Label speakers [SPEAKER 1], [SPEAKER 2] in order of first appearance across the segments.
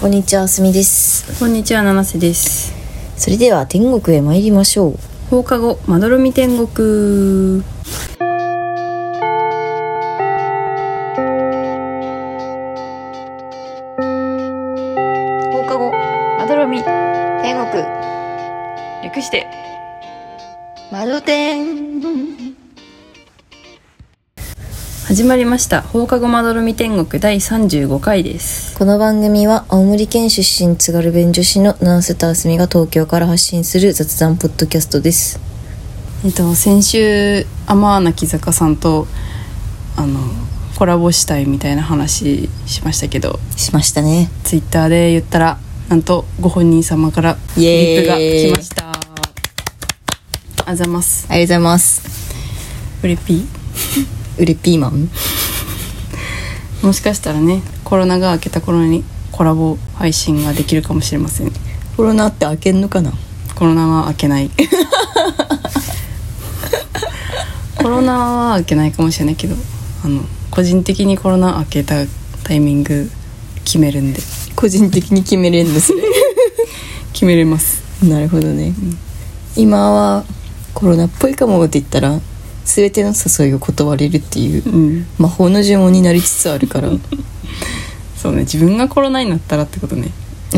[SPEAKER 1] こんにちは、おすみです。
[SPEAKER 2] こんにちは七瀬です
[SPEAKER 1] それでは天国へ参りましょう。
[SPEAKER 2] 放課後まどろみ天国
[SPEAKER 1] 放課後、まどろみ、天国、
[SPEAKER 2] 略して
[SPEAKER 1] まど天。
[SPEAKER 2] 始まりました放課後まどろみ天国第35回です
[SPEAKER 1] この番組は青森県出身津軽弁女子の七瀬とあすみが東京から発信する雑談ポッドキャストです。
[SPEAKER 2] えっと先週天穴木坂さんとあのコラボしたいみたいな話しましたけど
[SPEAKER 1] しましたね。
[SPEAKER 2] ツイッターで言ったらなんとご本人様から
[SPEAKER 1] イエーイ
[SPEAKER 2] リップが来ましたあざます
[SPEAKER 1] ありがとうございます。
[SPEAKER 2] うれぴ
[SPEAKER 1] ウレピーマン
[SPEAKER 2] もしかしたらねコロナが明けた頃にコラボ配信ができるかもしれません
[SPEAKER 1] コロナって開けんのかな
[SPEAKER 2] コロナは開けないコロナは開けないかもしれないけどあの個人的にコロナ開けたタイミング決めるんで
[SPEAKER 1] 個人的に決めれんのそれ。
[SPEAKER 2] 決めれます
[SPEAKER 1] なるほどね、今はコロナっぽいかもって言ったら全ての誘いを断れるっていう
[SPEAKER 2] うん
[SPEAKER 1] 魔法の呪文になりつつあるから
[SPEAKER 2] そうね自分がコロナになったらってことね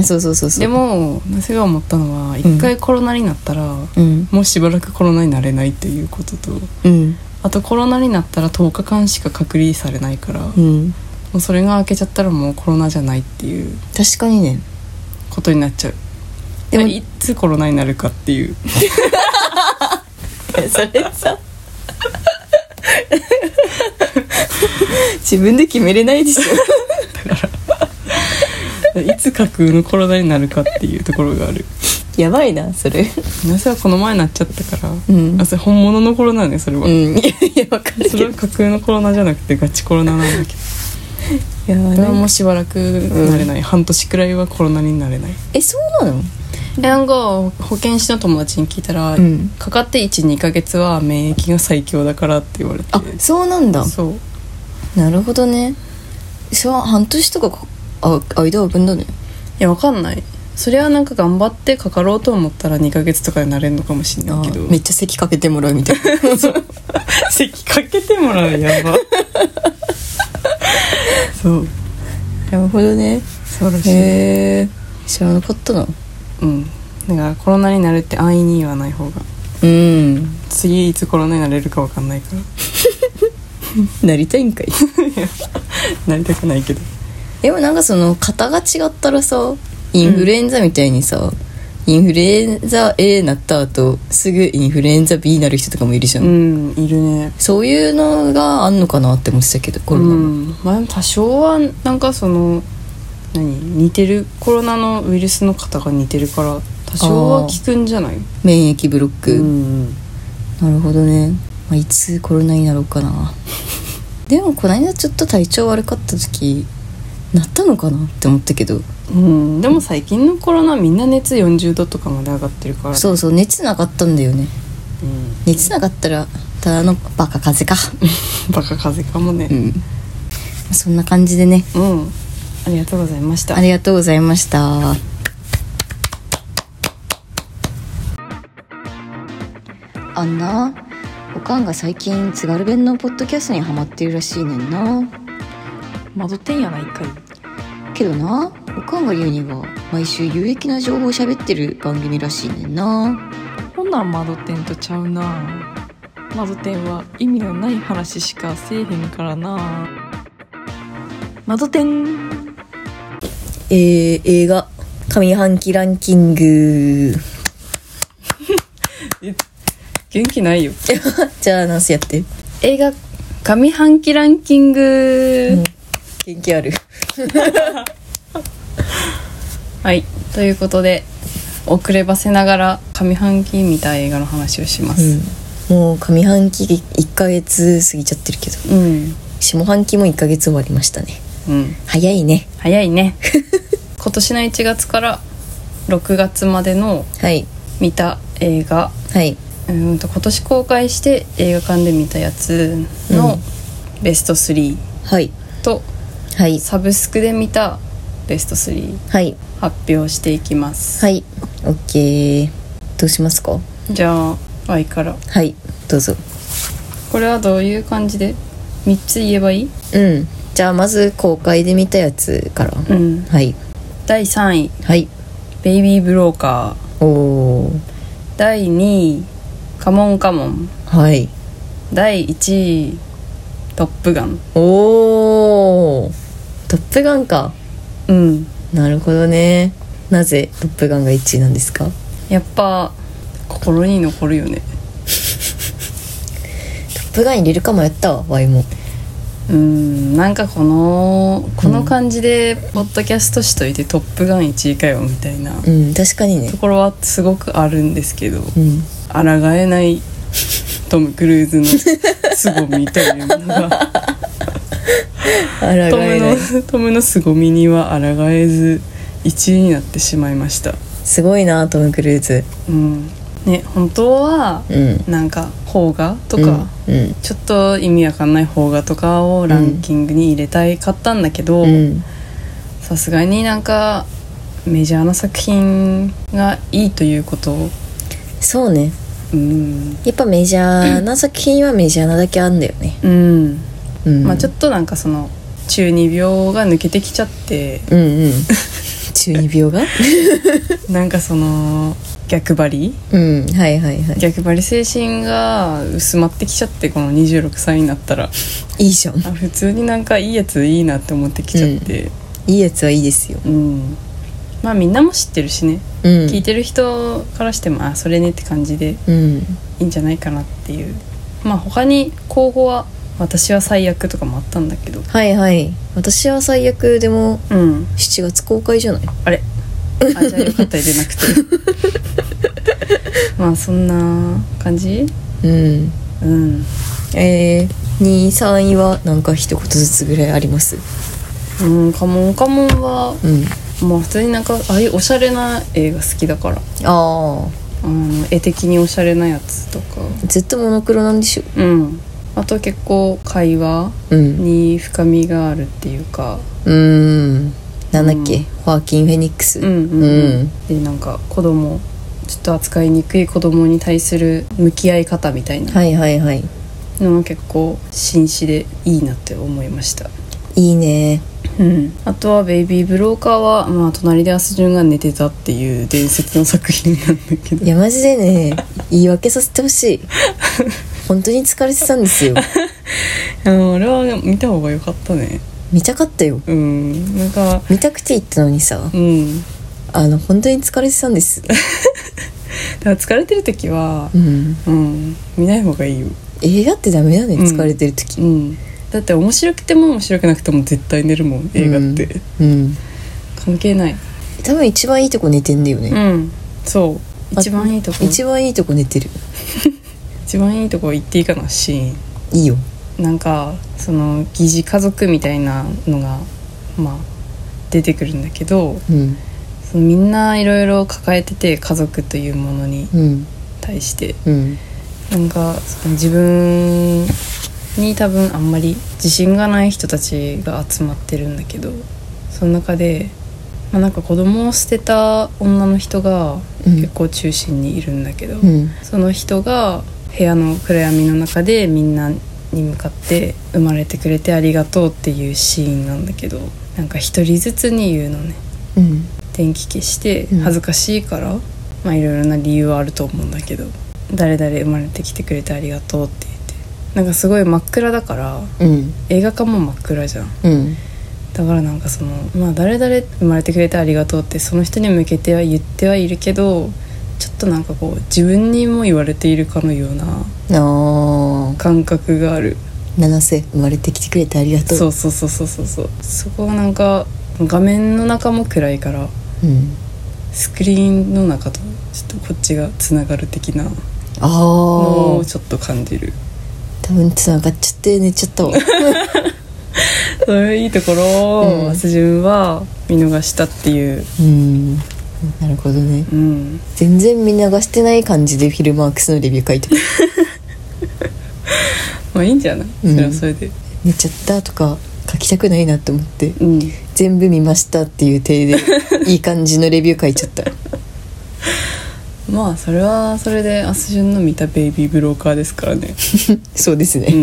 [SPEAKER 1] そうそうそうそう
[SPEAKER 2] でもな瀬が思ったのは
[SPEAKER 1] ん
[SPEAKER 2] 一回コロナになったら、
[SPEAKER 1] うん
[SPEAKER 2] もうしばらくコロナになれないっていうことと
[SPEAKER 1] うん
[SPEAKER 2] あとコロナになったら10日間しか隔離されないから、
[SPEAKER 1] う
[SPEAKER 2] も
[SPEAKER 1] ん
[SPEAKER 2] うそれが開けちゃったらもうコロナじゃないっていう
[SPEAKER 1] 確かにね
[SPEAKER 2] ことになっちゃう
[SPEAKER 1] で
[SPEAKER 2] で
[SPEAKER 1] も
[SPEAKER 2] もいつコロナになるかって いう
[SPEAKER 1] それさ自分で決めれないでしょ
[SPEAKER 2] いつ架空のコロナになるかっていうところがある
[SPEAKER 1] やばいなそれ
[SPEAKER 2] なぜはこの前なっちゃったから、
[SPEAKER 1] うん
[SPEAKER 2] あそれ本物のコロナねそれは、
[SPEAKER 1] うんいやいやわかる
[SPEAKER 2] そ
[SPEAKER 1] け
[SPEAKER 2] れ
[SPEAKER 1] ど
[SPEAKER 2] は架空のコロナじゃなくてガチコロナなんだけど
[SPEAKER 1] いや
[SPEAKER 2] それは
[SPEAKER 1] なん
[SPEAKER 2] も
[SPEAKER 1] か
[SPEAKER 2] うしばらくなれない、半年くらいはコロナになれない
[SPEAKER 1] えそうなの
[SPEAKER 2] なんか保健師の友達に聞いたら、
[SPEAKER 1] うん
[SPEAKER 2] かかって12ヶ月は免疫が最強だからって言われて
[SPEAKER 1] あそうなんだ
[SPEAKER 2] そう
[SPEAKER 1] なるほどねそう半年とかかあ間は分だね
[SPEAKER 2] いやわかんないそれはなんか頑張ってかかろうと思ったら2ヶ月とかになれるのかもしれないけど
[SPEAKER 1] めっちゃ咳かけてもらうみたいな
[SPEAKER 2] 席かけてもらう やばそう
[SPEAKER 1] なるほどね
[SPEAKER 2] そうらしい
[SPEAKER 1] へえ知らなかったな
[SPEAKER 2] うんだからコロナになるって安易に言わない方が
[SPEAKER 1] うん
[SPEAKER 2] 次いつコロナになれるかわかんないから
[SPEAKER 1] なりたいんかい
[SPEAKER 2] なりたくないけど
[SPEAKER 1] でもなんかその型が違ったらさインフルエンザみたいにさ、インフルエンザ A になった後すぐインフルエンザ B になる人とかもいるじゃん、
[SPEAKER 2] うんいるね
[SPEAKER 1] そういうのがあんのかなって思ってたけどコロナ
[SPEAKER 2] う
[SPEAKER 1] も、
[SPEAKER 2] んまあでも多少はなんかその何似てるコロナのウイルスの型が似てるから多少は効くんじゃない
[SPEAKER 1] 免疫ブロック、
[SPEAKER 2] うん
[SPEAKER 1] なるほどね、まあ、いつコロナになろうか なでもこの間ちょっと体調悪かった時なったのかなって思ったけど
[SPEAKER 2] うんでも最近のコロナみんな熱40度とかまで上がってるから
[SPEAKER 1] そうそう熱なかったんだよね
[SPEAKER 2] うん、
[SPEAKER 1] 熱なかったらただのバカ風邪か
[SPEAKER 2] バカ風かもね
[SPEAKER 1] うんそんな感じでね
[SPEAKER 2] うん、ありがとうございました
[SPEAKER 1] ありがとうございましたあんなおかんが最近津軽弁のポッドキャストにハマってるらしいねんな
[SPEAKER 2] 窓てんやないかい
[SPEAKER 1] けどなおかんが言うには毎週有益な情報を喋ってる番組らしいねんな
[SPEAKER 3] ほな窓点とちゃうな窓点は意味のない話しかせえへんからな窓点
[SPEAKER 1] えー、映画上半期ランキング
[SPEAKER 2] 元気ないよ
[SPEAKER 1] じゃあナスやって
[SPEAKER 2] 映画上半期ランキング、
[SPEAKER 1] うん元気ある
[SPEAKER 2] はいということで遅ればせながら上半期見た映画の話をします
[SPEAKER 1] うん、もう上半期1ヶ月過ぎちゃってるけど
[SPEAKER 2] うん
[SPEAKER 1] 下半期も1ヶ月終わりましたね
[SPEAKER 2] うん、
[SPEAKER 1] 早いね
[SPEAKER 2] 早い ね今年の1月から6月までの
[SPEAKER 1] はい
[SPEAKER 2] 見た映画
[SPEAKER 1] はい、
[SPEAKER 2] うーんと今年公開して映画館で見たやつのベスト3
[SPEAKER 1] はい
[SPEAKER 2] と
[SPEAKER 1] はい
[SPEAKER 2] サブスクで見たベスト3
[SPEAKER 1] はい
[SPEAKER 2] 発表していきます、
[SPEAKER 1] はいオッケーどうしますか
[SPEAKER 2] じゃあ Y から
[SPEAKER 1] はいどうぞ
[SPEAKER 2] これはどういう感じで3つ言えばいい
[SPEAKER 1] うんじゃあまず公開で見たやつから
[SPEAKER 2] うん
[SPEAKER 1] はい
[SPEAKER 2] 第3位
[SPEAKER 1] はい
[SPEAKER 2] 「ベイビー・ブローカ
[SPEAKER 1] おお
[SPEAKER 2] ー」第2位「カモンカモン
[SPEAKER 1] はい」
[SPEAKER 2] 第1位「トップガン
[SPEAKER 1] おおトップガンか」
[SPEAKER 2] うん
[SPEAKER 1] なるほどねなぜトップガンが1位なんですか
[SPEAKER 2] やっぱ心に残るよね
[SPEAKER 1] トップガン入れるかもやったわワイも
[SPEAKER 2] うんなんかこのこ
[SPEAKER 1] う
[SPEAKER 2] の
[SPEAKER 1] ん
[SPEAKER 2] 感じでポッドキャストしといて「トップガン」1位かよみたいな
[SPEAKER 1] うん確かにね
[SPEAKER 2] ところはすごくあるんですけど
[SPEAKER 1] うん
[SPEAKER 2] 抗えないトム・クルーズの凄みというもの が
[SPEAKER 1] あら
[SPEAKER 2] ト
[SPEAKER 1] が
[SPEAKER 2] ム
[SPEAKER 1] えない
[SPEAKER 2] のトムの凄みには抗えず1位になってしまいました
[SPEAKER 1] すごいなトム・クルーズ
[SPEAKER 2] うんね本当は
[SPEAKER 1] うん
[SPEAKER 2] なんか邦画とか、
[SPEAKER 1] うん
[SPEAKER 2] ちょっと意味わかんない邦画とかをランキングに入れたいかったんだけど、
[SPEAKER 1] うん
[SPEAKER 2] さすがになんかメジャーな作品がいいということを
[SPEAKER 1] そうね
[SPEAKER 2] うん、
[SPEAKER 1] やっぱメジャーな作品はメジャーなだけあんだよね
[SPEAKER 2] うん
[SPEAKER 1] うん
[SPEAKER 2] まあちょっ
[SPEAKER 1] と
[SPEAKER 2] となんかその中二病が抜けてきちゃって
[SPEAKER 1] うんうん中二病が
[SPEAKER 2] なんかその逆張り
[SPEAKER 1] うんはいはいはい
[SPEAKER 2] 逆張り精神が薄まってきちゃってこの26歳になったら
[SPEAKER 1] いいじゃん
[SPEAKER 2] あ普通になんかいいやついいなって思ってきちゃって
[SPEAKER 1] いいやつはいいですよ
[SPEAKER 2] うん、まあみんなも知ってるしね、
[SPEAKER 1] うん
[SPEAKER 2] 聞いてる人からしてもあそれねって感じで
[SPEAKER 1] うん
[SPEAKER 2] いいんじゃないかなっていうまあ他に候補は「私は最悪」とかもあったんだけど
[SPEAKER 1] はいはい私は最悪でも
[SPEAKER 2] うん
[SPEAKER 1] 7月公開じゃない
[SPEAKER 2] あれあじゃあよかった入れなくて まあそんな感じ
[SPEAKER 1] うん
[SPEAKER 2] うん
[SPEAKER 1] えー、23位はなんか一言ずつぐらいあります
[SPEAKER 2] うんカモンカモンは
[SPEAKER 1] うん
[SPEAKER 2] まあ普通になんかああいうおしゃれな映画好きだから
[SPEAKER 1] あ
[SPEAKER 2] あの絵的におしゃれなやつとか
[SPEAKER 1] あずっとモノクロなんでしょ
[SPEAKER 2] うんあと結構会話
[SPEAKER 1] うん
[SPEAKER 2] に深みがあるっていうか
[SPEAKER 1] うーんなんだっけ、
[SPEAKER 2] うん
[SPEAKER 1] ホアキン・フェニックス
[SPEAKER 2] うんうん、うん、でなんか子供ちょっと扱いにくい子供に対する向き合い方みたいな
[SPEAKER 1] はいはいはい
[SPEAKER 2] のも結構紳士でいいなって思いました
[SPEAKER 1] いいね
[SPEAKER 2] うん、あとは「ベイビー・ブローカーは」まあ、隣でアスジュンが寝てたっていう伝説の作品なんだけど
[SPEAKER 1] いやマジでね言い訳させてほしい本当に疲れてたんですよ
[SPEAKER 2] うんあれは見た方が良かったね
[SPEAKER 1] 見たかったよ
[SPEAKER 2] うんなんか
[SPEAKER 1] 見たくて行ったのにさ
[SPEAKER 2] うん
[SPEAKER 1] あの本当に疲れてたんです
[SPEAKER 2] だから疲れてる時は
[SPEAKER 1] うん
[SPEAKER 2] うん見ない方がいいよ、
[SPEAKER 1] 映画ってダメだね
[SPEAKER 2] うん
[SPEAKER 1] 疲れてる時
[SPEAKER 2] うん、だって面白くても面白くなくても絶対寝るもん映画って、
[SPEAKER 1] うん
[SPEAKER 2] 関係ない
[SPEAKER 1] 多分一番いいとこ寝てんだよね、
[SPEAKER 2] うんそう
[SPEAKER 1] あ
[SPEAKER 2] 一番いいとこ
[SPEAKER 1] 一番いいとこ寝てる
[SPEAKER 2] 一番いいとこ行っていいかなシーン
[SPEAKER 1] いいよ
[SPEAKER 2] なんかその疑似家族みたいなのがまあ出てくるんだけど
[SPEAKER 1] うん
[SPEAKER 2] そのみんないろいろ抱えてて家族というものに
[SPEAKER 1] うん
[SPEAKER 2] 対して
[SPEAKER 1] うん
[SPEAKER 2] なんかその自分に多分あんまり自信がない人たちが集まってるんだけどその中で、まあ、なんか子供を捨てた女の人が
[SPEAKER 1] うん
[SPEAKER 2] 結構中心にいるんだけど、
[SPEAKER 1] うん
[SPEAKER 2] その人が部屋の暗闇の中でみんなに向かって「生まれてくれてありがとう」っていうシーンなんだけどなんか一人ずつに言うのね。
[SPEAKER 1] うん
[SPEAKER 2] 電気消して
[SPEAKER 1] うん
[SPEAKER 2] 恥ずかしいから、まあいろいろな理由はあると思うんだけど「誰々生まれてきてくれてありがとう」って言ってなんかすごい真っ暗だから
[SPEAKER 1] うん
[SPEAKER 2] 映画館も真っ暗じゃん
[SPEAKER 1] うん
[SPEAKER 2] だからなんかその「まあ誰々生まれてくれてありがとう」ってその人に向けては言ってはいるけどちょっとなんかこう自分にも言われているかのような
[SPEAKER 1] あ
[SPEAKER 2] 感覚がある
[SPEAKER 1] ー七瀬生まれてきてくれてありがとう
[SPEAKER 2] そうそうそうそうそうそうそこがなんか画面の中も暗いから
[SPEAKER 1] うん、
[SPEAKER 2] スクリーンの中とちょっとこっちがつながる的な
[SPEAKER 1] あ
[SPEAKER 2] の
[SPEAKER 1] ー
[SPEAKER 2] をちょっと感じる
[SPEAKER 1] 多分つながっちゃって寝ちゃったわ
[SPEAKER 2] そういういいところ
[SPEAKER 1] う
[SPEAKER 2] を
[SPEAKER 1] ん
[SPEAKER 2] マスジュンは見逃したっていう、
[SPEAKER 1] うんなるほどね
[SPEAKER 2] うん、
[SPEAKER 1] 全然見流してない感じでフィルマークスのレビュー書いて くる
[SPEAKER 2] まあいいんじゃない
[SPEAKER 1] うん
[SPEAKER 2] それはそれで
[SPEAKER 1] 寝ちゃったとか書きたくないなって思って
[SPEAKER 2] うん、
[SPEAKER 1] 全全部見ましたっていう体 でいい感じのレビュー書いちゃった
[SPEAKER 2] まあそれはそれで明日旬の見たベイビーブローカーですからね
[SPEAKER 1] そうです
[SPEAKER 2] う
[SPEAKER 1] ね、
[SPEAKER 2] ん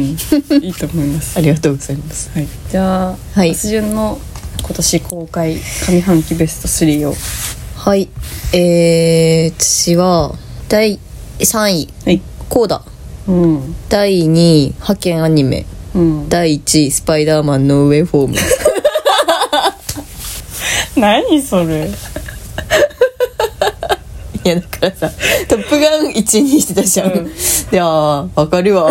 [SPEAKER 2] いいと思い ます
[SPEAKER 1] ありがとうございます
[SPEAKER 2] はい、じゃあ、
[SPEAKER 1] はい
[SPEAKER 2] 明日旬の今年公開上半期ベスト3を
[SPEAKER 1] はいえー、私は第3位
[SPEAKER 2] はい
[SPEAKER 1] コーダ
[SPEAKER 2] うん
[SPEAKER 1] 第2位派遣アニメ
[SPEAKER 2] うん
[SPEAKER 1] 第1位スパイダーマンのウェイフォー ム
[SPEAKER 2] 何それ
[SPEAKER 1] いやだからさ「トップガン」1位にしてたじゃん、
[SPEAKER 2] うん
[SPEAKER 1] いやーわかるわ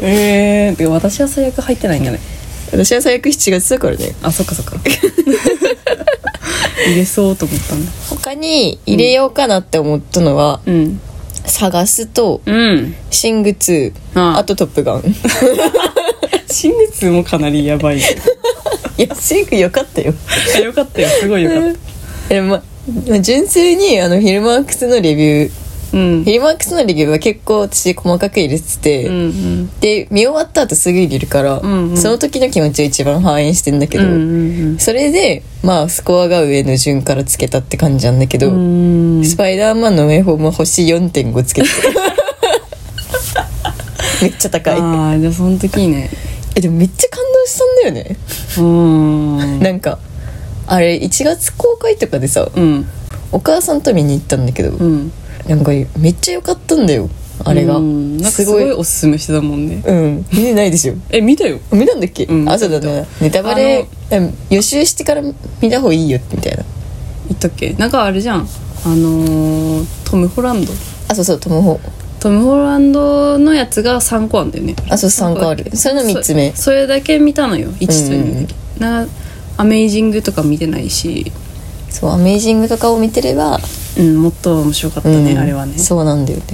[SPEAKER 2] ええー、てか私は最悪入ってないんだね
[SPEAKER 1] 私は最悪7月だからね
[SPEAKER 2] あそっかそっか入れそうと思ったんだ
[SPEAKER 1] 他に入れようかなって思ったのは「
[SPEAKER 2] うん
[SPEAKER 1] 探す」と
[SPEAKER 2] うん
[SPEAKER 1] 「シング2」
[SPEAKER 2] ああ
[SPEAKER 1] あと「トップガン」
[SPEAKER 2] 新月もかなりやばい
[SPEAKER 1] いやシングよかったよ
[SPEAKER 2] あよかったよすごいよかっ
[SPEAKER 1] えまま純粋にあのフィルマークスのレビュー
[SPEAKER 2] たうん
[SPEAKER 1] フィルマークスのレビューは結構私細かく入れてて、
[SPEAKER 2] うんうん
[SPEAKER 1] で見終わった後すぐ入れるから、
[SPEAKER 2] んうん
[SPEAKER 1] その時の気持ちを一番反映してんだけ
[SPEAKER 2] う
[SPEAKER 1] ど、
[SPEAKER 2] ん
[SPEAKER 1] それでまあスコアが上の順からつけたって感じなんだけ
[SPEAKER 2] う
[SPEAKER 1] ど、
[SPEAKER 2] んうん
[SPEAKER 1] スパイダーマンの名本も星4.5つけて るめっちゃ高い
[SPEAKER 2] ああじゃあその時にね
[SPEAKER 1] えでもめっちゃ感動したんだよね、
[SPEAKER 2] うん
[SPEAKER 1] なんかあれ1月公開とかでさ
[SPEAKER 2] うん
[SPEAKER 1] お母さんと見に行ったんだけど、
[SPEAKER 2] うん
[SPEAKER 1] なんかめっちゃ良かったんだよあれが、
[SPEAKER 2] うんなんかすごいおすすめしてたもんね
[SPEAKER 1] うん見てないでしょ
[SPEAKER 2] え見たよ
[SPEAKER 1] 見たんだっけ、
[SPEAKER 2] うん
[SPEAKER 1] あそうだねネタバレうん予習してから見た方がいいよみたいな
[SPEAKER 2] 言ったっけなんかあれじゃんあのー、トム・ホランド
[SPEAKER 1] あそうそうトムホ
[SPEAKER 2] トム・ホランドのやつが3個あんだよね
[SPEAKER 1] あそう3個あるそれの3つ目
[SPEAKER 2] そそれだけ見たのよ1と2だけ、なアメイジングとか見てないし、
[SPEAKER 1] そう「アメイジング」とかを見てれば、
[SPEAKER 2] うん、もっと面白かったね、
[SPEAKER 1] うん
[SPEAKER 2] あれはねそう
[SPEAKER 1] そうなんだよね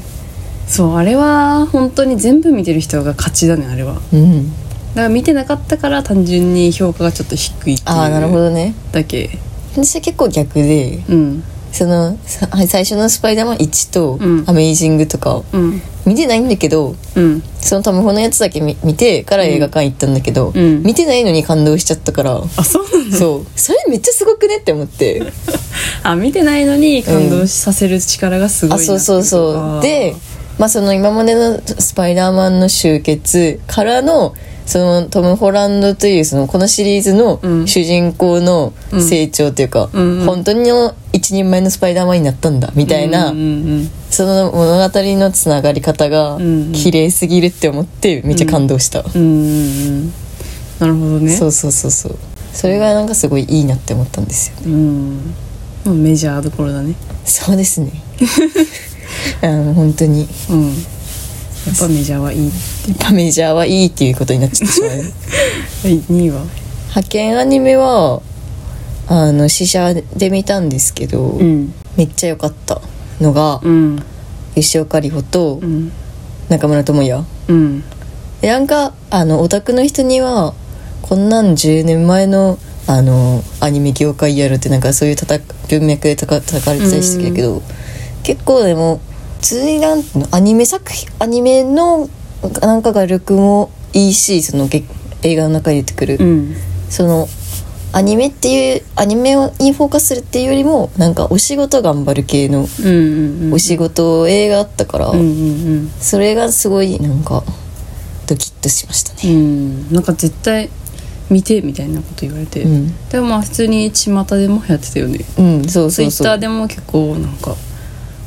[SPEAKER 2] あれは本当に全部見てる人が勝ちだねあれはだか
[SPEAKER 1] うん
[SPEAKER 2] ら見てなかったから単純に評価がちょっと低いっていう
[SPEAKER 1] ああなるほどね
[SPEAKER 2] だけ
[SPEAKER 1] 私は結構逆で
[SPEAKER 2] うん
[SPEAKER 1] そのさ最初の「スパイダーマン1」と
[SPEAKER 2] うん
[SPEAKER 1] 「アメイジング」とか
[SPEAKER 2] うん
[SPEAKER 1] 見てないんだけど
[SPEAKER 2] うん
[SPEAKER 1] そのトムホのやつだけ見見てから映画館行ったんだけど、
[SPEAKER 2] うん
[SPEAKER 1] 見てないのに感動しちゃったから
[SPEAKER 2] あそうなの
[SPEAKER 1] そうそれめっちゃすごくねって思って
[SPEAKER 2] あ見てないのに感動させる力がすごいな
[SPEAKER 1] あ
[SPEAKER 2] って
[SPEAKER 1] そうそう
[SPEAKER 2] あ
[SPEAKER 1] そ
[SPEAKER 2] ー
[SPEAKER 1] うでまあその今までの「スパイダーマン」の集結からのそのトム・ホランドというそのこのシリーズの
[SPEAKER 2] うん
[SPEAKER 1] 主人公の成長というか、
[SPEAKER 2] うんうん
[SPEAKER 1] 本当の一人前のスパイダーマンになったんだみたいな、
[SPEAKER 2] うんうん
[SPEAKER 1] その物語のつながり方が
[SPEAKER 2] うんうん
[SPEAKER 1] 綺麗すぎるって思ってめっちゃ感動した、
[SPEAKER 2] うんうんうんなるほどね
[SPEAKER 1] そうそうそうそうそれがなんかすごいいいなって思ったんですよね
[SPEAKER 2] うんまあメジャーどころだね
[SPEAKER 1] そうです ねあの本当に
[SPEAKER 2] うんやっぱメジャーはいい
[SPEAKER 1] やっぱメジャーはいいっていうことになっちゃってしまう
[SPEAKER 2] はい2位は
[SPEAKER 1] 派遣アニメはあの試写で見たんですけど、
[SPEAKER 2] ん
[SPEAKER 1] めっちゃ良かったのが、
[SPEAKER 2] うん
[SPEAKER 1] 吉岡里帆と
[SPEAKER 2] うん
[SPEAKER 1] 中村智也
[SPEAKER 2] うん
[SPEAKER 1] でなんかあのオタクの人にはこんなん10年前のあのアニメ業界やるってなんかそういう叩く文脈で叩か叩かれてたりしてたけど、結構でも通になんていうのアニメ作品アニメのなんか画力もいいしそのげ映画の中に出てくる、
[SPEAKER 2] うん
[SPEAKER 1] そのアニメっていうアニメにフォーカスするっていうよりもなんかお仕事頑張る系の
[SPEAKER 2] うんうんうん
[SPEAKER 1] お仕事映画あったから、
[SPEAKER 2] うんうん
[SPEAKER 1] それがすごいなんかドキッとしました
[SPEAKER 2] う
[SPEAKER 1] ね。
[SPEAKER 2] んなんか絶対見てみたいなこと言われて、
[SPEAKER 1] うん、
[SPEAKER 2] でもまあ普通に巷でも流行ってたよね
[SPEAKER 1] うん、そう
[SPEAKER 2] ツ
[SPEAKER 1] そ
[SPEAKER 2] イ
[SPEAKER 1] う
[SPEAKER 2] ッ
[SPEAKER 1] そう。
[SPEAKER 2] ターでも結構なんか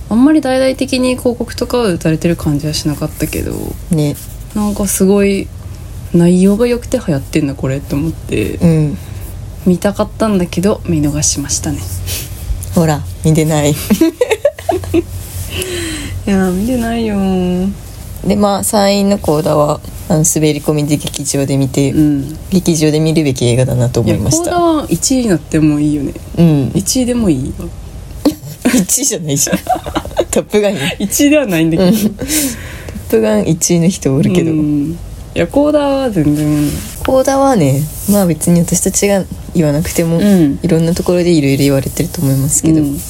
[SPEAKER 2] あんまり大々的に広告とかは打たれてる感じはしなかったけど
[SPEAKER 1] ね、
[SPEAKER 2] なんかすごい内容が良くて流行ってんだこれって思って
[SPEAKER 1] うん、
[SPEAKER 2] 見たかったんだけど見逃しましたね
[SPEAKER 1] ほら見てない。
[SPEAKER 2] いやー見てないよー
[SPEAKER 1] でまあ参院の講座はあの滑り込みで劇場で見て、
[SPEAKER 2] うん
[SPEAKER 1] 劇場で見るべき映画だなと
[SPEAKER 2] い
[SPEAKER 1] 思
[SPEAKER 2] や
[SPEAKER 1] いまし
[SPEAKER 2] コーダ
[SPEAKER 1] た。
[SPEAKER 2] は1位になってもいいよね
[SPEAKER 1] うん、1
[SPEAKER 2] 1位でもいいわ
[SPEAKER 1] 位じゃないじゃん。 トップガンよ、ト
[SPEAKER 2] 1位ではないんだけど
[SPEAKER 1] ップガン1位の人おるけど。
[SPEAKER 2] うんいやコーダは全然
[SPEAKER 1] コーダはねまあ別に私たちが言わなくても、
[SPEAKER 2] うん
[SPEAKER 1] いろんなところでいろいろ言われてると思いますけど、
[SPEAKER 2] うん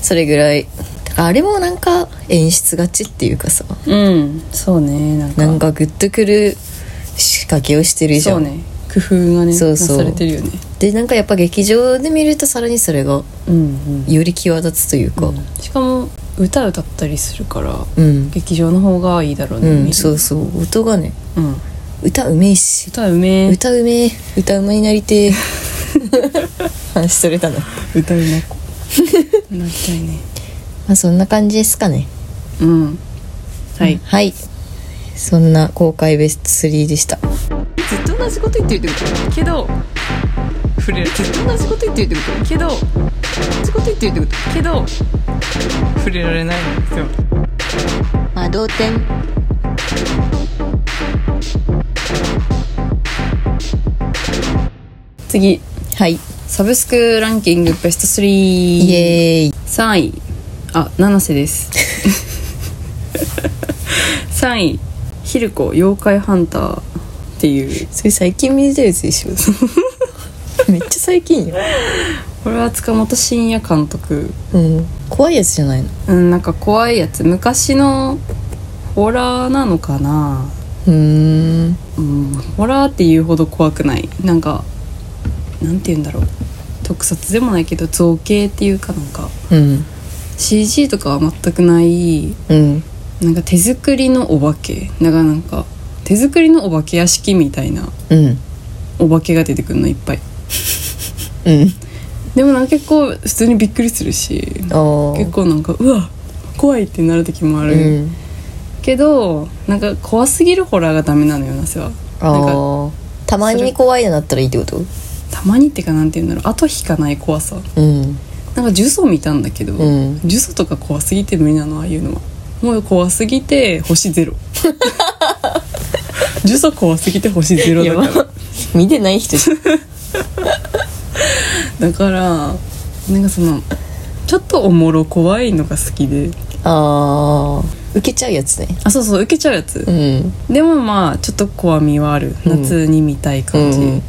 [SPEAKER 1] それぐらいだからあれもなんか演出勝ちっていうかさ
[SPEAKER 2] うんそうねなんか
[SPEAKER 1] なんかグッとくる仕掛けをしてるじゃ
[SPEAKER 2] そ
[SPEAKER 1] ん、
[SPEAKER 2] うね工夫がね
[SPEAKER 1] そうそう
[SPEAKER 2] なされてるよね
[SPEAKER 1] でなんかやっぱ劇場で見るとさらにそれが
[SPEAKER 2] うん
[SPEAKER 1] より際立つというか
[SPEAKER 2] しかも歌歌ったりするから
[SPEAKER 1] うん、
[SPEAKER 2] 劇場の方がいいだろう
[SPEAKER 1] う
[SPEAKER 2] ね、
[SPEAKER 1] ん
[SPEAKER 2] 見る
[SPEAKER 1] そうそう音がね
[SPEAKER 2] うん、
[SPEAKER 1] 歌うめえし
[SPEAKER 2] 歌うめえ
[SPEAKER 1] 歌うめえ歌うまになりてえ話それたのま
[SPEAKER 2] 歌うま子 なりたいね
[SPEAKER 1] あそんな感じですかね
[SPEAKER 2] うんはい
[SPEAKER 1] はいそんな公開ベスト3でした
[SPEAKER 3] ずっと同じこと言ってるってことけど触れるずっと同じこと言ってるってことけど同じこと言ってるってことけど触れられないんですよ
[SPEAKER 1] 魔導天
[SPEAKER 2] 次
[SPEAKER 1] はい
[SPEAKER 2] サブスクランキングベスト3
[SPEAKER 1] イ
[SPEAKER 2] イ
[SPEAKER 1] エーイ
[SPEAKER 2] 3位あ七瀬です 3位ヒルコ妖怪ハンターっていう
[SPEAKER 1] それ最近見てたやつでしょ めっちゃ最近よ、
[SPEAKER 2] これは塚本慎也監督
[SPEAKER 1] うん、怖いやつじゃないの
[SPEAKER 2] うんなんか怖いやつ昔のホラーなのかな
[SPEAKER 1] うーん
[SPEAKER 2] うんホラーっていうほど怖くないなんかなんて言うんだろう特撮でもないけど造形っていうかなんか
[SPEAKER 1] うん
[SPEAKER 2] CG とかは全くない
[SPEAKER 1] うん
[SPEAKER 2] なんか手作りのお化けだからなんか手作りのお化け屋敷みたいな
[SPEAKER 1] うん
[SPEAKER 2] お化けが出てくるのいっぱい
[SPEAKER 1] うん
[SPEAKER 2] でもなんか結構普通にびっくりするし
[SPEAKER 1] ああ
[SPEAKER 2] 結構なんかうわ怖いってなる時もあ
[SPEAKER 1] う
[SPEAKER 2] る、
[SPEAKER 1] ん
[SPEAKER 2] けどなんか怖すぎるホラーがダメなのよなせはなんか
[SPEAKER 1] ああたまに怖いのなったらいいってこと
[SPEAKER 2] たまにってかなんて言うんだろう後引かない怖さ
[SPEAKER 1] うん
[SPEAKER 2] なんか呪詛見たんだけど、
[SPEAKER 1] うん
[SPEAKER 2] 呪詛とか怖すぎて無理なのああいうのはもう怖すぎて星 ゼロ呪詛怖すぎて星ゼロだから
[SPEAKER 1] やば見てない人じゃん
[SPEAKER 2] だからなんかそのちょっとおもろ怖いのが好きで
[SPEAKER 1] ああ受けちゃうやつね
[SPEAKER 2] あそうそう受けちゃうやつ
[SPEAKER 1] う、ん
[SPEAKER 2] でもまあちょっと怖みはある
[SPEAKER 1] うん
[SPEAKER 2] 夏に見たい感じ、
[SPEAKER 1] うん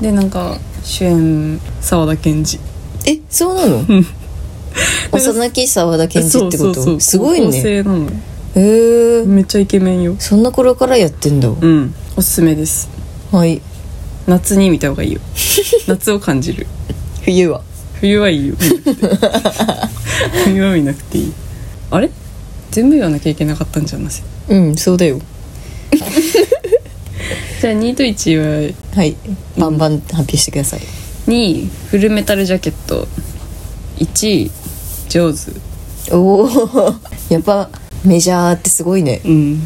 [SPEAKER 2] でなんか主演沢田研二
[SPEAKER 1] えそうなの
[SPEAKER 2] ん
[SPEAKER 1] 幼き沢田研二ってこと
[SPEAKER 2] そうそうそう
[SPEAKER 1] すごい
[SPEAKER 2] 高校
[SPEAKER 1] ね
[SPEAKER 2] 生なのよ
[SPEAKER 1] へえ
[SPEAKER 2] めっちゃイケメンよ
[SPEAKER 1] そんな頃からやってんだ、
[SPEAKER 2] うんおすすめです
[SPEAKER 1] はい
[SPEAKER 2] 夏に見た方がいいよ夏を感じる
[SPEAKER 1] 冬は
[SPEAKER 2] 冬はい いよ見なくて冬は見なくていいあれ全部言わなきゃいけなかったんじゃなし
[SPEAKER 1] うんそうだよ
[SPEAKER 2] じゃあ2と1は
[SPEAKER 1] はいバンバン発表してください
[SPEAKER 2] 2位フルメタルジャケット1位ジョーズ
[SPEAKER 1] おお やっぱメジャーってすごいね
[SPEAKER 2] うん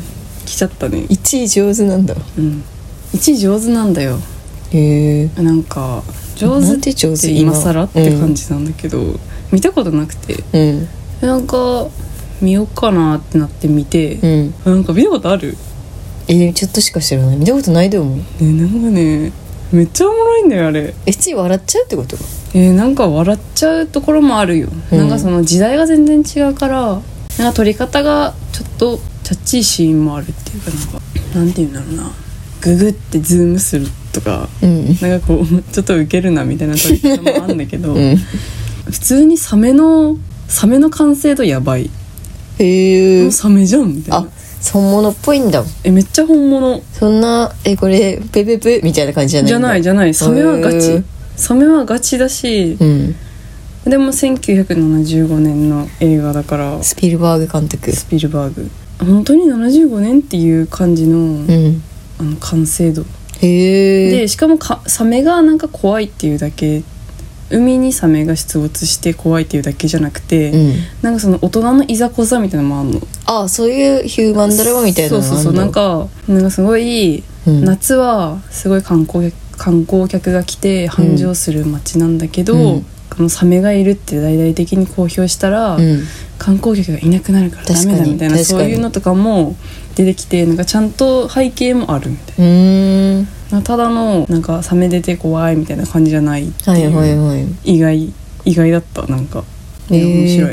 [SPEAKER 2] 来ちゃったね
[SPEAKER 1] 1位上手なんだ
[SPEAKER 2] うん1位上手なんだよ
[SPEAKER 1] へえ
[SPEAKER 2] なんか上
[SPEAKER 1] な
[SPEAKER 2] 手っ
[SPEAKER 1] んて上手
[SPEAKER 2] て
[SPEAKER 1] 今
[SPEAKER 2] 今更って感じなんだけど、見たことなくて
[SPEAKER 1] うん
[SPEAKER 2] なんか見ようかなってなって見て
[SPEAKER 1] う、ん
[SPEAKER 2] なんか見たことある
[SPEAKER 1] えちょっとしか知らない見たことないだよもう
[SPEAKER 2] ねなんかねめっちゃおもろいんだよあれ
[SPEAKER 1] え1位笑っちゃうってこと
[SPEAKER 2] えーなんか笑っちゃうところもあるよ、
[SPEAKER 1] うん
[SPEAKER 2] なんかその時代が全然違うからなんか撮り方がちょっとチャッチいシーンもあるっていうかなんかなんていうんだろうなググってズームするとか
[SPEAKER 1] うん
[SPEAKER 2] なんかこうちょっとウケるなみたいな撮り方もあるんだけど、
[SPEAKER 1] うん
[SPEAKER 2] 普通にサメのサメの完成度やばい、
[SPEAKER 1] へ
[SPEAKER 2] も
[SPEAKER 1] え
[SPEAKER 2] うサメじゃんみたい
[SPEAKER 1] あ
[SPEAKER 2] な
[SPEAKER 1] 本物っぽいんだ
[SPEAKER 2] えめっちゃ本物
[SPEAKER 1] そんなえこれペペペみたいな感じじゃない
[SPEAKER 2] じゃないじ
[SPEAKER 1] ゃ
[SPEAKER 2] ゃないサメはガ
[SPEAKER 1] へ
[SPEAKER 2] チ
[SPEAKER 1] ー
[SPEAKER 2] サメはガチだし
[SPEAKER 1] うん
[SPEAKER 2] でも1975年の映画だから
[SPEAKER 1] スピルバーグ監督
[SPEAKER 2] スピルバーグ本当に75年っていう感じの,、
[SPEAKER 1] うん
[SPEAKER 2] あの完成度
[SPEAKER 1] へえ
[SPEAKER 2] でしかもかサメがなんか怖いっていうだけ海にサメが出没して怖いっていうだけじゃなくて、
[SPEAKER 1] うん
[SPEAKER 2] なんかその大人のいざこざみたいなのもあんの
[SPEAKER 1] あそういうヒューマンドラマみたいな
[SPEAKER 2] そ
[SPEAKER 1] の
[SPEAKER 2] うそうそうなんかなんかすごい、
[SPEAKER 1] うん
[SPEAKER 2] 夏はすごい観光客観光客が来て繁盛する街なんだけど、
[SPEAKER 1] うん
[SPEAKER 2] このサメがいるって大々的に公表したら、
[SPEAKER 1] うん
[SPEAKER 2] 観光客がいなくなるからダメ
[SPEAKER 1] 確
[SPEAKER 2] だ
[SPEAKER 1] かに
[SPEAKER 2] みたいな
[SPEAKER 1] 確か
[SPEAKER 2] そう
[SPEAKER 1] に
[SPEAKER 2] いうのとかも出てきてなんかちゃんと背景もあるみたいう
[SPEAKER 1] ーん
[SPEAKER 2] なただのなんかサメ出て怖いみたいな感じじゃないって
[SPEAKER 1] はいいうはいはい
[SPEAKER 2] 意外意外だったなんか、ね
[SPEAKER 1] へー
[SPEAKER 2] 面白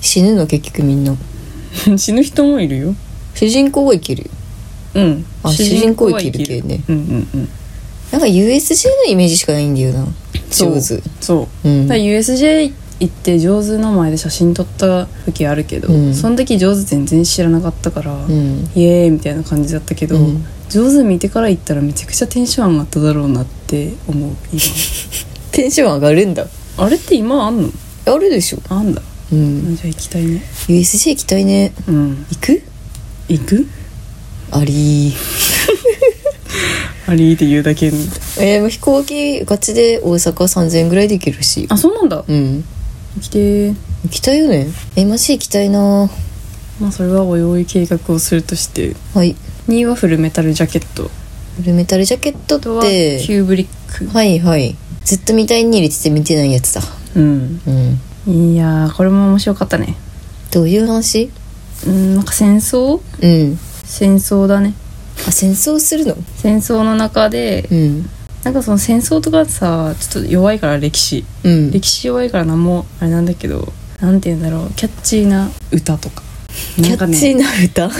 [SPEAKER 1] 死ぬの結局みんない
[SPEAKER 2] 死ぬ人もいる よ
[SPEAKER 1] 主人公は生きる
[SPEAKER 2] うん
[SPEAKER 1] あ主人公は生きる系ね
[SPEAKER 2] うんうんうん
[SPEAKER 1] なんか USJ のイメージしかないんだよな
[SPEAKER 2] そう
[SPEAKER 1] 上手
[SPEAKER 2] そうう、
[SPEAKER 1] ん
[SPEAKER 2] だから USJ 行って上手の前で写真撮った時あるけど、
[SPEAKER 1] うん
[SPEAKER 2] その時上手全然知らなかったから、
[SPEAKER 1] うん
[SPEAKER 2] イエーイみたいな感じだったけど、
[SPEAKER 1] うん
[SPEAKER 2] 上手見てから行ったらめちゃくちゃテンション上がっただろうなって思う今
[SPEAKER 1] テンション上がるんだ
[SPEAKER 2] あれって今あんの
[SPEAKER 1] あるでしょ
[SPEAKER 2] あんだ
[SPEAKER 1] う
[SPEAKER 2] あ
[SPEAKER 1] ん
[SPEAKER 2] じゃあ行きたいね
[SPEAKER 1] USJ 行きたいね
[SPEAKER 2] うん
[SPEAKER 1] 行く
[SPEAKER 2] 行く
[SPEAKER 1] ありー
[SPEAKER 2] ありーって言うだけみたい
[SPEAKER 1] えー、もう飛行機ガチで大阪3000円ぐらいで行けるし
[SPEAKER 2] なあそうなんだ
[SPEAKER 1] うん
[SPEAKER 2] 行きてー
[SPEAKER 1] 行きたいよねえマジ行きたいな
[SPEAKER 2] まあそれはお用意計画をするとして
[SPEAKER 1] はい
[SPEAKER 2] 2はフルメタルジャケット
[SPEAKER 1] フルメタルジャケット
[SPEAKER 2] あとは
[SPEAKER 1] っ
[SPEAKER 2] キュ
[SPEAKER 1] て
[SPEAKER 2] ーブリック
[SPEAKER 1] はいはいずっと見たいに入れてて見てないやつだ
[SPEAKER 2] うん
[SPEAKER 1] うん
[SPEAKER 2] いやーこれも面白かったね
[SPEAKER 1] どういう話
[SPEAKER 2] うんなんか戦争
[SPEAKER 1] うん
[SPEAKER 2] 戦争だね
[SPEAKER 1] あ戦争するの
[SPEAKER 2] 戦争の中で
[SPEAKER 1] うん
[SPEAKER 2] なんかその戦争とかさちょっと弱いから歴史
[SPEAKER 1] うん
[SPEAKER 2] 歴史弱いから何もあれなんだけどなんて言うんだろうキャッチーな歌とか
[SPEAKER 1] キャッチーな歌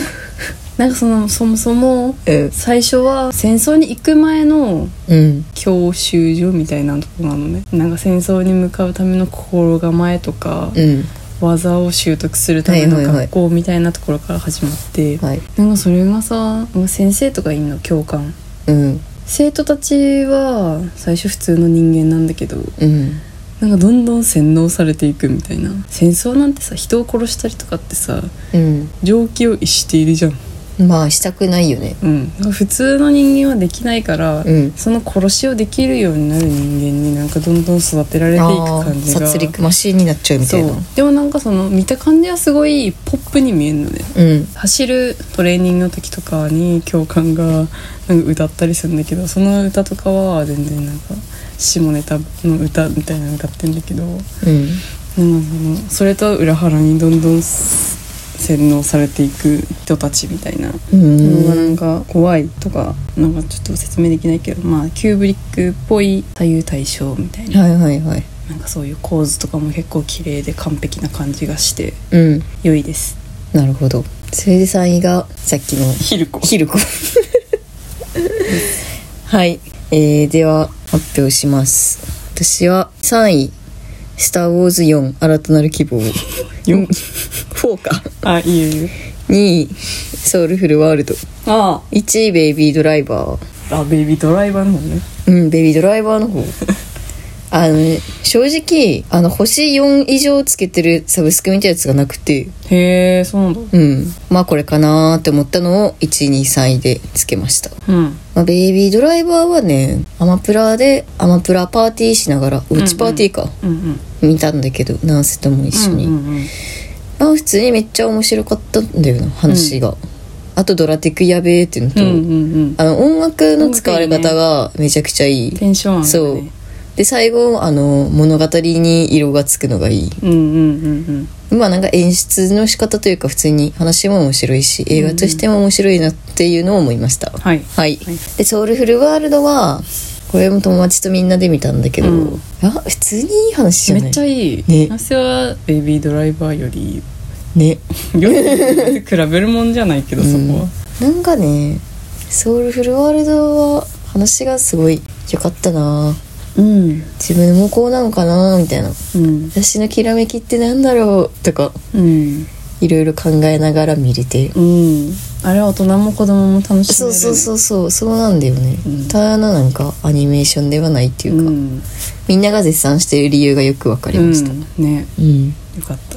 [SPEAKER 2] なんかそのそもそも
[SPEAKER 1] うん
[SPEAKER 2] 最初は戦争に行く前の
[SPEAKER 1] うん
[SPEAKER 2] 教習所みたいなとこなのねなんか戦争に向かうための心構えとか、
[SPEAKER 1] うん
[SPEAKER 2] 技を習得するための
[SPEAKER 1] はいはいはい
[SPEAKER 2] 学校みたいなところから始まって、
[SPEAKER 1] はい
[SPEAKER 2] なんかそれがさ先生とかいんの教官
[SPEAKER 1] うん
[SPEAKER 2] 生徒たちは最初普通の人間なんだけど
[SPEAKER 1] うん
[SPEAKER 2] なんかどんどん洗脳されていくみたいな戦争なんてさ人を殺したりとかってさ
[SPEAKER 1] う
[SPEAKER 2] 常軌を逸しているじゃん、
[SPEAKER 1] んまあしたくないよね
[SPEAKER 2] うん、なんか普通の人間はできないから、
[SPEAKER 1] うん
[SPEAKER 2] その殺しをできるようになる人間になんかどんどん育てられていく
[SPEAKER 1] あ
[SPEAKER 2] 感
[SPEAKER 1] ー
[SPEAKER 2] じが
[SPEAKER 1] 殺戮マシーンになっちゃうみた
[SPEAKER 2] そ
[SPEAKER 1] いな
[SPEAKER 2] うでもなんかその見た感じはすごいポップに見えるのね
[SPEAKER 1] うん
[SPEAKER 2] 走るトレーニングの時とかに教官がなんか歌ったりするんだけどその歌とかは全然なんか下ネタの歌みたいなの歌ってんだけどなんか
[SPEAKER 1] うん
[SPEAKER 2] そのそれと裏腹にどんどん洗脳されていく人たちみたいな
[SPEAKER 1] う
[SPEAKER 2] のが
[SPEAKER 1] ん
[SPEAKER 2] なんか怖いとかなんかちょっと説明できないけどまあキューブリックっぽい左右対称みたいな
[SPEAKER 1] はいはいはい
[SPEAKER 2] なんかそういう構図とかも結構綺麗で完璧な感じがして
[SPEAKER 1] うん
[SPEAKER 2] 良いです。
[SPEAKER 1] なるほどそれで3位がさっきの
[SPEAKER 2] ヒルコ
[SPEAKER 1] ヒルコはい、えー、では発表します私は3位「スター・ウォーズ4新たなる希 望」
[SPEAKER 2] よ
[SPEAKER 1] 4か
[SPEAKER 2] あいいよいいよ
[SPEAKER 1] 2位「ソウルフル・ワールド」
[SPEAKER 2] ああ
[SPEAKER 1] 1位「ベイビー・ドライバー
[SPEAKER 2] あベイビードライバーの方ね」
[SPEAKER 1] うんベイビー・ドライバーの 方あのね正直あの星4以上つけてるサブスクみたいなやつがなくて
[SPEAKER 2] へえそうなんだ
[SPEAKER 1] うんまあこれかなーって思ったのを1位2位3位でつけました
[SPEAKER 2] うん
[SPEAKER 1] まあ、ベイビードライバーはねアマプラでアマプラパーティーしながらおうちパーティーか、
[SPEAKER 2] うんうん
[SPEAKER 1] 見たんだけどナースとも一緒に、
[SPEAKER 2] うんうんうん
[SPEAKER 1] まあ普通にめっちゃ面白かったんだよな話が、あとドラテクやべえっていうのと、
[SPEAKER 2] うんうんうん
[SPEAKER 1] あの音楽の使われ方がめちゃくちゃいい
[SPEAKER 2] テンション上がるね
[SPEAKER 1] そうで最後あの物語に色がつくのがいい
[SPEAKER 2] うんうんうん
[SPEAKER 1] まあなんか演出の仕方というか普通に話も面白いし映画としても面白いなっていうのを思いました、
[SPEAKER 2] うんはい
[SPEAKER 1] はい、
[SPEAKER 2] はい
[SPEAKER 1] で「ソウルフルワールドは」これも友達とみんなで見たんだけど、
[SPEAKER 2] うん
[SPEAKER 1] あ普通にいい話じゃない
[SPEAKER 2] めっちゃいい
[SPEAKER 1] ね
[SPEAKER 2] 私はベイビードライバーより
[SPEAKER 1] ね
[SPEAKER 2] より比べるもんじゃないけどそこは
[SPEAKER 1] なんかね「ソウルフルワールド」は話がすごい良かったな
[SPEAKER 2] うん
[SPEAKER 1] 自分もこうなのかなみたいな
[SPEAKER 2] うん
[SPEAKER 1] 私のきらめきってなんだろうとか
[SPEAKER 2] うん
[SPEAKER 1] いろいろ考えながら見れて、
[SPEAKER 2] うんあれは大人も子供も楽しめる
[SPEAKER 1] そうそうそううそうそうなんだよね、
[SPEAKER 2] うん
[SPEAKER 1] ただのなんかアニメーションではないっていううか、
[SPEAKER 2] ん
[SPEAKER 1] みんなが絶賛している理由がよくわかりました、
[SPEAKER 2] うんね
[SPEAKER 1] うん
[SPEAKER 2] よかった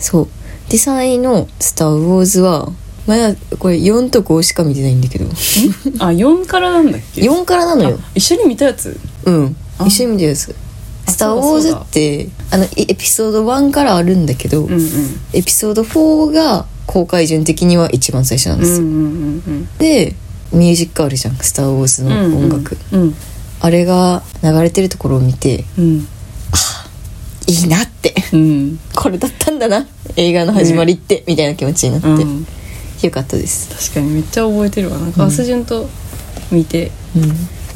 [SPEAKER 1] そうで3位の「スター・ウォーズは」まだこれ4と5しか見てないんだ けど
[SPEAKER 2] あ四からなんだっけ
[SPEAKER 1] 4からなのよ
[SPEAKER 2] あ一緒に見たやつ
[SPEAKER 1] うん
[SPEAKER 2] あ
[SPEAKER 1] 一緒に見てるやつ「
[SPEAKER 2] あ
[SPEAKER 1] スター・ウォーズ」ってあのいエピソード1からあるんだけど、
[SPEAKER 2] うんうん
[SPEAKER 1] エピソード4が公開順的には一番最初なん
[SPEAKER 2] う
[SPEAKER 1] ですよ、
[SPEAKER 2] んうんうん
[SPEAKER 1] でミュージックあるじゃん「スター・ウォーズ」
[SPEAKER 2] う
[SPEAKER 1] の
[SPEAKER 2] ん
[SPEAKER 1] 音楽、
[SPEAKER 2] うん
[SPEAKER 1] あれが流れてるところを見て
[SPEAKER 2] うん
[SPEAKER 1] いいなって
[SPEAKER 2] うん
[SPEAKER 1] これだったんだな映画の始まりって、みたいな気持ちになって、
[SPEAKER 2] うん
[SPEAKER 1] よかったです、
[SPEAKER 2] 確かにめっちゃ覚えてるわなんか
[SPEAKER 1] うん
[SPEAKER 2] 明日順と見て、
[SPEAKER 1] う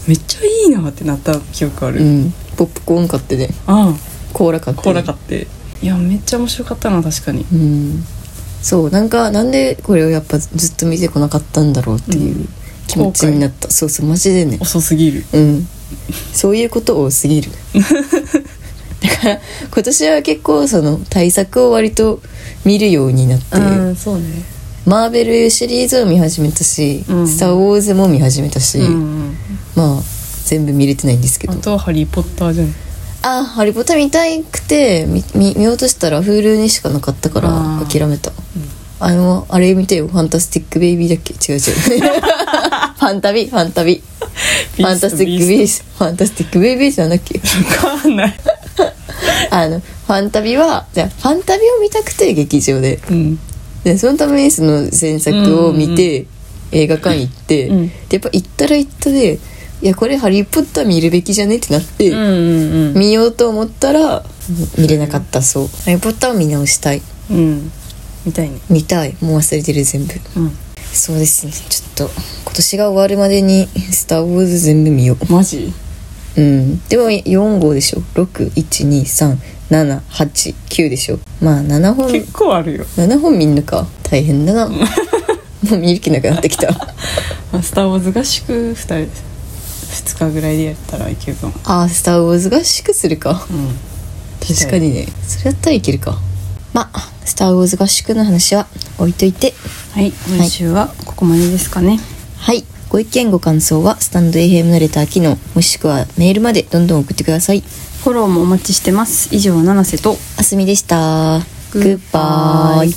[SPEAKER 2] めっちゃいいなってなった記憶ある、
[SPEAKER 1] んうん、ポップコーン買ってね
[SPEAKER 2] あ
[SPEAKER 1] コーラ買っ
[SPEAKER 2] あ
[SPEAKER 1] て
[SPEAKER 2] コーラ買っていやめっちゃ面白かったな確かに
[SPEAKER 1] うんそうなんかなんでこれをやっぱずっと見てこなかったんだろうっていう気持ちになった、そうそうマジでね
[SPEAKER 2] 遅すぎる
[SPEAKER 1] うんそういうこと多すぎるだから今年は結構その対策を割と見るようになって、
[SPEAKER 2] そうね
[SPEAKER 1] マーベルシリーズを見始めたし「
[SPEAKER 2] うん
[SPEAKER 1] スター・ウォーズ」も見始めたし、
[SPEAKER 2] うん
[SPEAKER 1] まあ全部見れてないんですけ
[SPEAKER 2] あ
[SPEAKER 1] ど
[SPEAKER 2] とは「ハリー・ポッター」じゃん
[SPEAKER 1] あハリポタ見たくてみ見見ようとしたら Hulu にしかなかったか
[SPEAKER 2] あ
[SPEAKER 1] ら
[SPEAKER 2] ー
[SPEAKER 1] 諦めた、あのあれ見てよ「ファンタスティック・ベイビー」だっけ違う違 うファンタビファンタビファンタスティック・ベイビーファンタスティック・ベイビーじゃなきゃ
[SPEAKER 2] わかんない
[SPEAKER 1] あのファンタビはじゃあファンタビを見たくて劇場で
[SPEAKER 2] うん
[SPEAKER 1] でそのためにその前作を見て、映画館行って、
[SPEAKER 2] うん
[SPEAKER 1] でやっぱ行ったら行ったでいやこれ「ハリー・ポッター」見るべきじゃねってなって、
[SPEAKER 2] うんうんうん
[SPEAKER 1] 見ようと思ったら見れなかったそう「ハリー・ポッター」を見直したい
[SPEAKER 2] うんみたいね
[SPEAKER 1] 見たいもう忘れてる全部
[SPEAKER 2] うん
[SPEAKER 1] そうですねちょっと今年が終わるまでに「スター・ウォーズ」全部見よ
[SPEAKER 2] マジ
[SPEAKER 1] ううんでも4号でしょ612378でしょまあ7本
[SPEAKER 2] 結構あるよ
[SPEAKER 1] 7本見んのか大変だなもう見る気なくなってきた
[SPEAKER 2] まあスター・ウォーズ合宿2人2日ぐらいでやったらいけるかも
[SPEAKER 1] あースター・ウォーズ合宿するか
[SPEAKER 2] うん
[SPEAKER 1] 確かにねそれだったらいけるかまあスター・ウォーズ合宿の話は置いといて
[SPEAKER 2] はい今週はここまでですかね、
[SPEAKER 1] はいご意見ご感想はスタンド FM のレター機能もしくはメールまでどんどん送ってください
[SPEAKER 2] フォローもお待ちしてます以上七瀬と
[SPEAKER 1] あすみでしたグ
[SPEAKER 2] グ
[SPEAKER 1] ッ
[SPEAKER 2] ッ
[SPEAKER 1] バ
[SPEAKER 2] バ
[SPEAKER 1] イ
[SPEAKER 2] イ